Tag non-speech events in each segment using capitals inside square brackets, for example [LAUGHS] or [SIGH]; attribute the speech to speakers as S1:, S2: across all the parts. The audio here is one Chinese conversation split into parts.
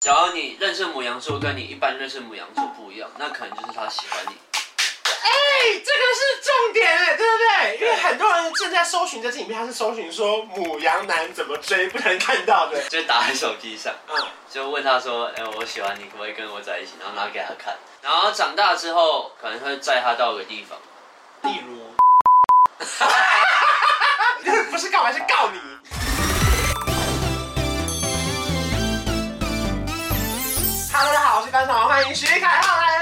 S1: 假如你认识母羊座跟你一般认识母羊座不一样，那可能就是他喜欢你。
S2: 哎，这个是重点哎，对不对？因为很多人正在搜寻这支影片，他是搜寻说母羊男怎么追，不能看到的。
S1: 就打在手机上，
S2: 嗯，
S1: 就问他说：“哎、我喜欢你，可不可以跟我在一起？”然后拿给他看。然后长大之后，可能会载他到个地方。
S2: 例如， [LAUGHS] 不是告白是告你。Hello，大家好，我是班长，欢迎徐凯浩来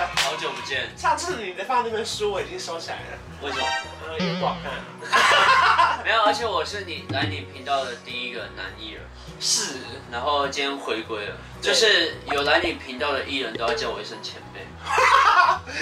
S2: 了。
S1: 好久不见，
S2: 上次你的放那本书我已经收起来了，
S1: 为什么？
S2: 呃，也不好看。
S1: 没有，而且我是你来你频道的第一个男艺人，
S2: 是，
S1: 然后今天回归了，就是有来你频道的艺人都要叫我一声前辈。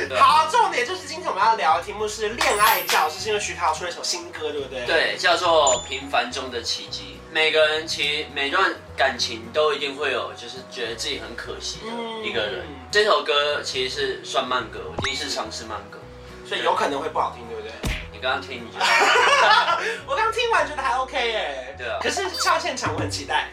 S1: 对
S2: 好，重点就是今天我们要聊的题目是恋爱教室，是因为徐凯浩出了一首新歌，对不对？。
S1: 对，叫做《平凡中的奇迹》。每个人其实每段感情都一定会有，就是觉得自己很可惜的一个人。
S2: 嗯
S1: 这首歌其实是算慢歌，我第一次尝试慢歌。
S2: 所以有可能会不好听，对不对？
S1: 你刚刚听，你觉得？
S2: 我刚听完觉得还 OK 耶。
S1: 对啊
S2: 可是上现场我很期待。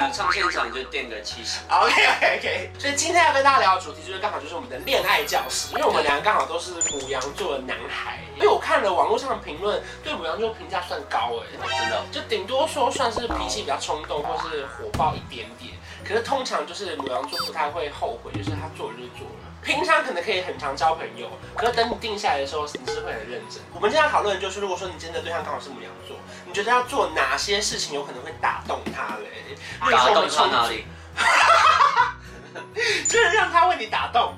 S1: 没有唱现场就垫个七十。
S2: OK OK OK，所以今天要跟大家聊的主题就是刚好就是我们的恋爱教室，因为我们两个刚好都是母羊座的男孩，因为我看了网络上的评论，对母羊座评价算高哎，
S1: 真的哦，
S2: 就顶多说算是脾气比较冲动或是火爆一点点，可是通常就是母羊座不太会后悔，就是他做了就做了。平常可能可以很常交朋友，可是等你定下来的时候，你是会很认真。我们今天要讨论的就是，如果说你真的对象刚好是母羊座，你觉得要做哪些事情有可能会打动他嘞？
S1: 打动到哪里？
S2: 真的让他为你打动。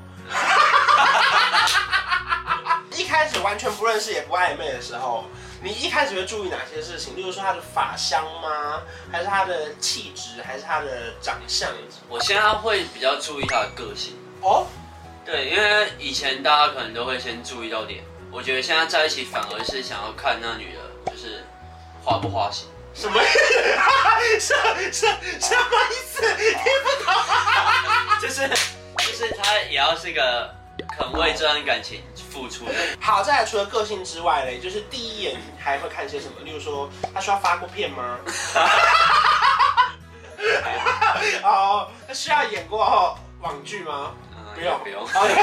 S2: 一开始完全不认识也不暧昧的时候，你一开始会注意哪些事情？例如说他的发香吗？还是他的气质？还是他的长相？
S1: 我现在会比较注意他的个性。
S2: 哦，
S1: 对，因为以前大家可能都会先注意到脸，我觉得现在在一起反而是想要看那女的，就是花不花心。
S2: 什么意 [LAUGHS] 思？什什什么意思？听不懂。
S1: 就是就是他也要是个肯为这段感情付出的人。
S2: 好，再来除了个性之外嘞，就是第一眼你还会看些什么？例如说他需要发过片吗？哦，他需要演过网剧吗？
S1: 嗯
S2: [LAUGHS] 不用
S1: 不用。
S2: OK，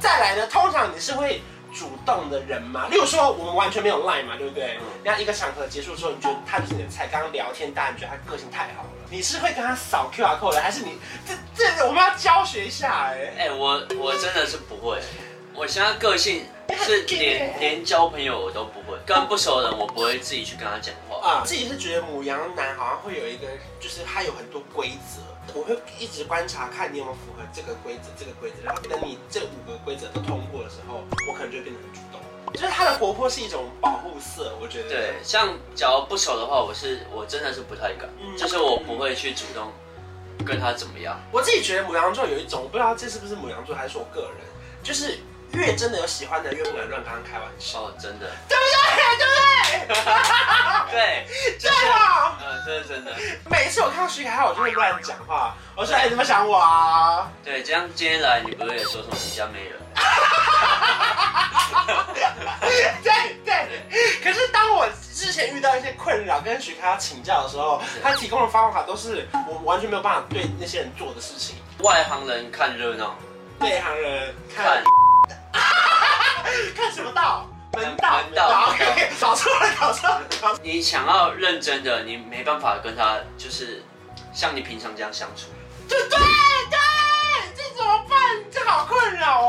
S2: 再来呢，通常你是会主动的人嘛？例如说，我们完全没有 line 嘛，对不对
S1: 嗯？
S2: 那、一个场合结束之后，你觉得他就是你的菜，刚刚聊天，大家你觉得他个性太好了，你是会跟他扫 QR code 的，还是你这这我们要教学一下哎、
S1: 哎、我我真的是不会，我现在个性是连连交朋友我都不会，跟不熟的人我不会自己去跟他讲话。
S2: 啊，自己是觉得母羊男好像会有一个，就是他有很多规则，我会一直观察看你有没有符合这个规则、这个规则，然后等你这五个规则都通过的时候，我可能就会变得很主动。就是他的活泼是一种保护色，我觉得。
S1: 对，像假如不熟的话，我是我真的是不太敢，
S2: 嗯
S1: 就是我不会去主动跟他怎么样。
S2: 我自己觉得母羊座有一种，我不知道这是不是母羊座，还是我个人，就是越真的有喜欢的，越不敢乱跟他开玩笑，
S1: 哦，真的，
S2: 对不对？对不啊
S1: 对，
S2: 对？对吧？
S1: 呃，这是真的。
S2: 每次我看到徐凯浩，我就会乱讲话，我说：“哎、你怎么想我啊
S1: 对，这样今天来，你不是也说什么你家没人？？”
S2: 对对。可是当我之前遇到一些困扰，跟徐凯浩请教的时候，他提供的方法都是我完全没有办法对那些人做的事情。
S1: 外行人看热闹，
S2: 内行人看
S1: 看
S2: 看什么道？门道，
S1: 门道
S2: ，OK OK，搞错了，搞错了，搞错了。
S1: 你想要认真的，你没办法跟他就是像你平常这样相处，
S2: 对对对，这怎么办？这好困扰
S1: 超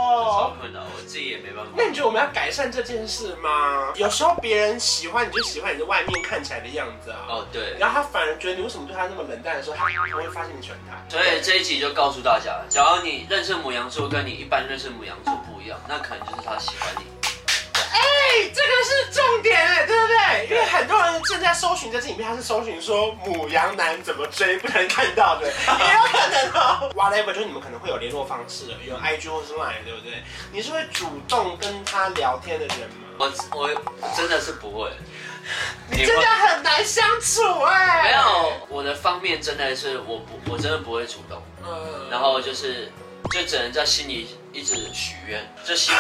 S2: 哦。
S1: 困难，我自己也没办法。
S2: 那你觉得我们要改善这件事吗？有时候别人喜欢你就喜欢你的外面看起来的样子啊，
S1: 哦，对，
S2: 然后他反而觉得你为什么对他那么冷淡的时候，他不会发现你喜欢他。
S1: 所以这一集就告诉大家，假如你认识母羊座跟你一般认识母羊座不一样，那可能就是他喜欢你。
S2: 哎，这个是重点哎，对不对？因为很多人正在搜寻这支影片，他是搜寻说母羊男怎么追不能看到 [LAUGHS] 的，也有可能哦。Whatever，就是你们可能会有联络方式了，有 IG 或是 Line，对不对？你是会主动跟他聊天的人吗？
S1: 我我真的是不会，
S2: 你真的很难相处哎、
S1: 没有我的方面真的是我不我真的不会主动，
S2: 嗯
S1: 然后就是就只能在心 [LAUGHS] 里一直许愿，就希望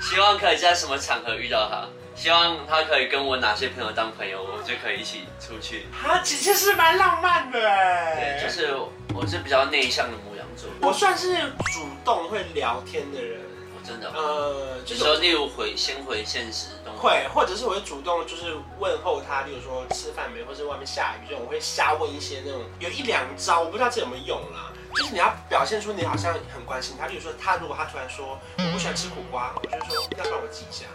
S1: 希望可以在什么场合遇到他，希望他可以跟我哪些朋友当朋友，我就可以一起出去。
S2: 啊，其实是蛮浪漫的哎
S1: 对，。就是我是比较内向的母羊座，
S2: 我算是主动会聊天的人，
S1: 我真的。
S2: 呃，
S1: 就
S2: 就
S1: 是说，例如回先回现实动态，
S2: 会，或者是我会主动就是问候他，例如说吃饭没，或是外面下雨这种，我会瞎问一些那种有一两招，我不知道这有没有用啦。就是你要表现出你好像很关心他，例如说他如果他突然说我不喜欢吃苦瓜，我就会说要不然我记
S1: [LAUGHS]
S2: 一下。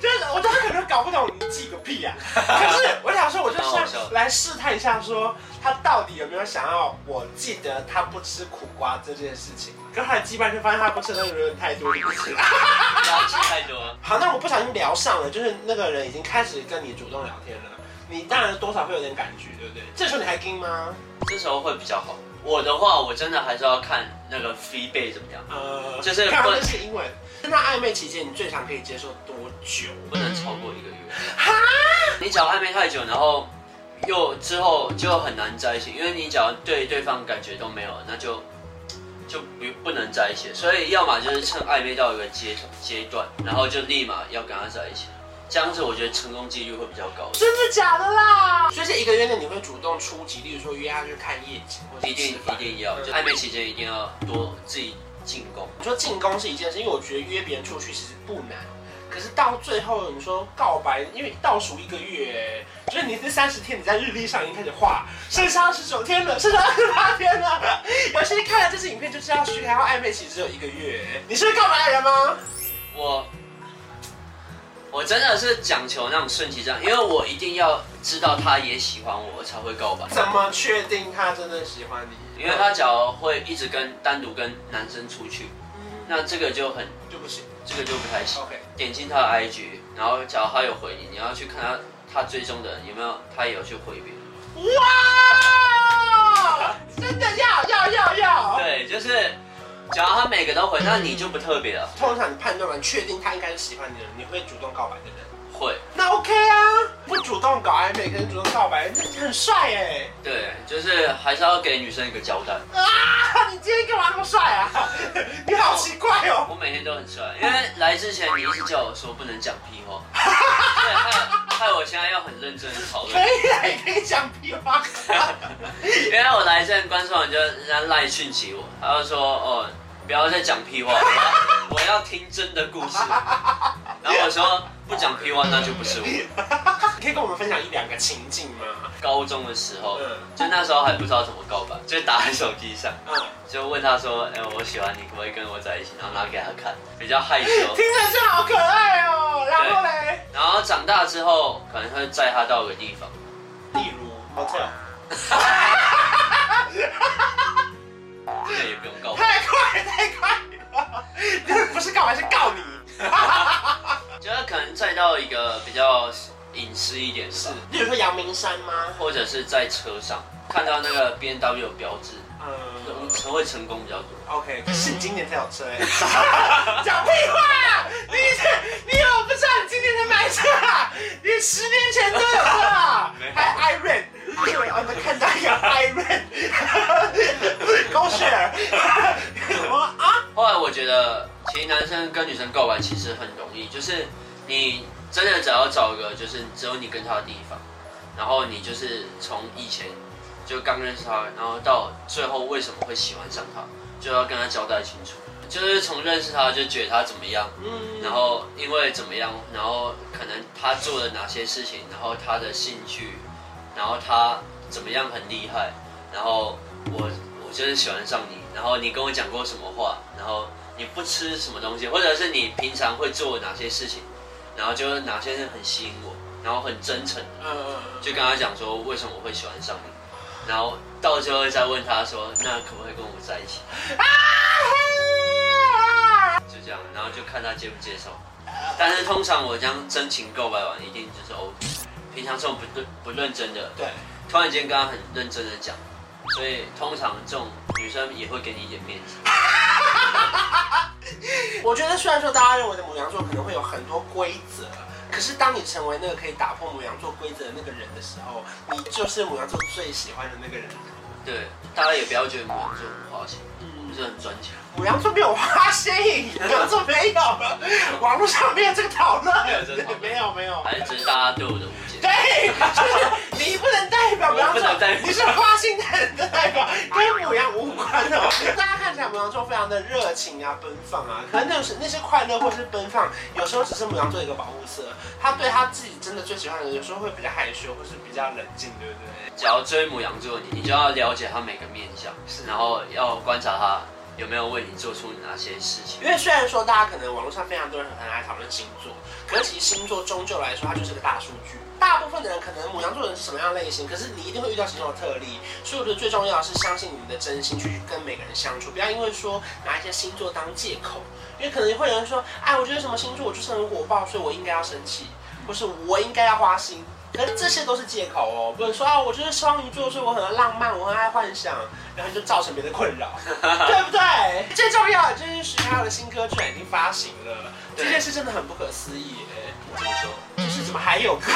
S2: 就是我当时可能搞不懂你记个
S1: [LAUGHS]
S2: 屁呀、可是我想说，我就
S1: 蛮好笑的
S2: 是来试探一下说他到底有没有想要我记得他不吃苦瓜这件事情。可是后来记半天发现他不吃的东西有点太多，对不起
S1: 垃圾太多了。
S2: 好，那我不小心聊上了，就是那个人已经开始跟你主动聊天了，你当然多少会有点感觉，对不对？这时候你还跟吗？
S1: 这时候会比较好。我的话，我真的还是要看那个 feedback 怎么样，
S2: 呃，
S1: 就是
S2: 看
S1: 不
S2: 这是英文。跟他暧昧期间，你最长可以接受多久？
S1: 不能超过一个月。你只要暧昧太久，然后又之后就很难在一起，因为你只要对对方感觉都没有，那就就不不能在一起。所以要么就是趁暧昧到一个阶阶段，然后就立马要跟他在一起，这样子我觉得成功几率会比较高。
S2: 真的假的啦？所以这一个月内你会主动出击，例如说约他去看夜景，或者
S1: 一
S2: 是
S1: 定
S2: 吃饭
S1: 一。定要，就暧昧期间一定要多自己进攻。
S2: 你说进攻是一件事，因为我觉得约别人出去其实不难，可是到最后你说告白，因为倒数一个月，就是你这三十天你在日历上已经开始画，剩下二十九天了，剩下二十八天了。有些人看了这支影片就知道徐凯浩暧昧期只有一个月，你是会告白的人吗？
S1: 我我真的是讲求那种顺其自然，因为我一定要知道他也喜欢我，我才会告白。
S2: 怎么确定他真的喜欢你？
S1: 因为他假如会一直跟单独跟男生出去，那这个就很
S2: 嗯就不行。
S1: 这个就不太行。
S2: OK，
S1: 点进他的 IG，然后假如他有回你，你要去看他他追踪的人有没有他也有去回别人。
S2: 哇，真的要要要要。
S1: 对，就是假如他每个都回，那你就不特别了。
S2: 通常你判断完确定他应该是喜欢你的人，你会主动告白的人。
S1: 会，
S2: 那 OK 啊，不主动搞暧昧，可是主动告白，那很帅哎！
S1: 对，就是还是要给女生一个交代。
S2: 啊，你今天干嘛那么帅啊？ [LAUGHS] 你好奇怪哦！
S1: 我每天都很帅，因为来之前你一直叫我说不能讲屁 [LAUGHS] 话，对，害害我现在要很认真地讨
S2: 可
S1: 论。
S2: 以啊，也可以讲屁话。
S1: 因为我来这观众就人家赖讯息我，他就说哦，不要再讲屁话，我要我要 [LAUGHS] 听真的故事。然后我说不讲屁话那就不是我。
S2: 你 [LAUGHS] 可以跟我们分享一两个情境吗？
S1: 高中的时候，
S2: 嗯
S1: 就那时候还不知道怎么告白，就打在手机上，
S2: 嗯，
S1: 就问他说，哎、我喜欢你，可不可以跟我在一起？然后拿给他看，比较害
S2: [LAUGHS]
S1: 羞。
S2: 听着就好可爱哦。然后嘞，
S1: 然后长大之后可能会载他到一个地方。
S2: 例如 motel，
S1: 这个也不用告白，
S2: 太快太快了，那 [LAUGHS] 不是告白是告你。
S1: 就是可能再到一个比较隐私一点是，
S2: 例如说阳明山吗？
S1: 或者是在车上看到那个 B N W 有标志，我
S2: 嗯
S1: 们。成会成功比较多。
S2: OK，可是你今年才有车、哎欸， [LAUGHS] 讲屁话！啊你这你有不知道你今年才买车啊？你十年前都有车 [LAUGHS] 啊
S1: 没有？
S2: 还 Iron，因为我们看到一个 Iron，狗血！ [LAUGHS] 我啊，
S1: 后来我觉得，其实男生跟女生告白其实很容易，就是你真的只要找一个就是只有你跟他的地方，然后你就是从以前就刚认识他，然后到最后为什么会喜欢上他，就要跟他交代清楚。就是从认识他就觉得他怎么样，
S2: 嗯，
S1: 然后因为怎么样，然后可能他做了哪些事情，然后他的兴趣，然后他怎么样很厉害，然后我我就是喜欢上你，然后你跟我讲过什么话，然后你不吃什么东西，或者是你平常会做哪些事情，然后就是哪些是很吸引我，然后很真诚，
S2: 嗯，
S1: 就跟他讲说为什么我会喜欢上你，然后到最后再问他说那可不可以跟我在一起，
S2: 啊
S1: 就这样，然后就看他接不接受。但是通常我这样真情告白完，一定就是 OK。平常这种不认不认真的，
S2: 对，
S1: 突然间跟他很认真的讲，所以通常这种女生也会给你一点面子。
S2: 我觉得虽然说大家认为的母羊座可能会有很多规则，可是当你成为那个可以打破母羊座规则的那个人的时候，你就是母羊座最喜欢的那个人。
S1: 对，大家也不要觉得母羊座很花心，我们
S2: 嗯，
S1: 是很专家。
S2: 母羊座没有花心，母羊座没有， [LAUGHS] 网络上没有这个讨论
S1: 没有这个讨，论
S2: [LAUGHS] 没有没有。
S1: 还是只是大家对我的误解。
S2: 对，就是你不能代表母羊座
S1: 我不能代，表
S2: 你是花心的人的代表，跟母羊无关哦。大家看起来母羊座非常的热情啊、奔放啊，可能那是那些快乐或是奔放，有时候只是母羊座一个保护色。他对他自己真的最喜欢的人，有时候会比较害羞，或是比较冷静，对不对？
S1: 只要追母羊座，你你就要了解他每个面相，然后要观察他有没有为你做出哪些事情。
S2: 因为虽然说大家可能网络上非常多人很爱讨论星座，可是其实星座终究来说，它就是个大数据。大部分的人可能母羊座人是什么样类型，可是你一定会遇到其中的特例。所以我觉得最重要的是相信你们的真心去跟每个人相处，不要因为说拿一些星座当借口，因为可能会有人说，哎，我觉得什么星座我就是很火爆，所以我应该要生气，或是我应该要花心。可是这些都是借口哦，不能说啊，我就是双鱼座，所以我很浪漫，我很爱幻想，然后就造成别人的困扰。 [LAUGHS] 对不对？最重要的就是徐浩的新歌居然已经发行了，这
S1: 对
S2: 件事真的很不可思议耶！
S1: 怎么说？
S2: 就是怎么还有歌？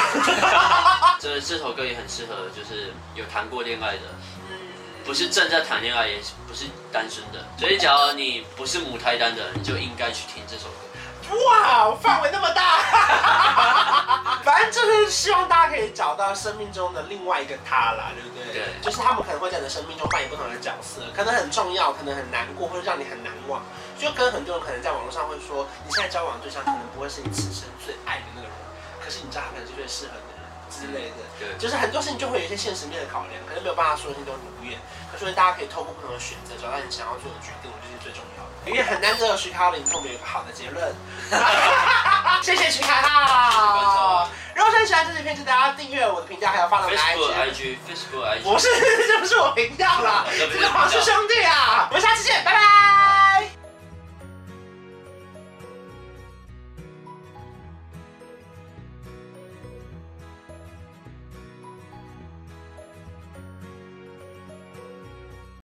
S1: 这这首歌也很适合，就是有谈过恋爱的，
S2: 嗯，
S1: 不是正在谈恋爱，也不是单身的。所以，假如你不是母胎单的，你就应该去听这首歌。
S2: [LAUGHS] 哇，范围那么大， [LAUGHS] 反正就是希望大家可以找到生命中的另外一个他啦，对不对？
S1: 对
S2: 就是他们可能会在你的生命中扮演不同的角色，可能很重要，可能很难过，或者让你很难忘。就跟很多人可能在网络上会说，你现在交往的对象可能不会是你此生最爱的那个人，可是你知道他可能是最适合你的人之类的。
S1: 对，
S2: 就是很多事情就会有一些现实面的考量，可能没有办法说你都如愿。可是大家可以透过不同的选择，找到你想要做的决定，我觉得是最重要的。因为很难得有徐卡林，后面有个好的结论。谢谢徐卡浩。如果说你喜欢这支影片，记得要订阅我的频道，还有发到我的啊
S1: Facebook
S2: IG。
S1: IG Facebook IG。
S2: [LAUGHS] 不是，这不是我频道啦，
S1: 哦这不
S2: 这
S1: 是
S2: 是黄氏兄弟啊。我们下期见，拜拜。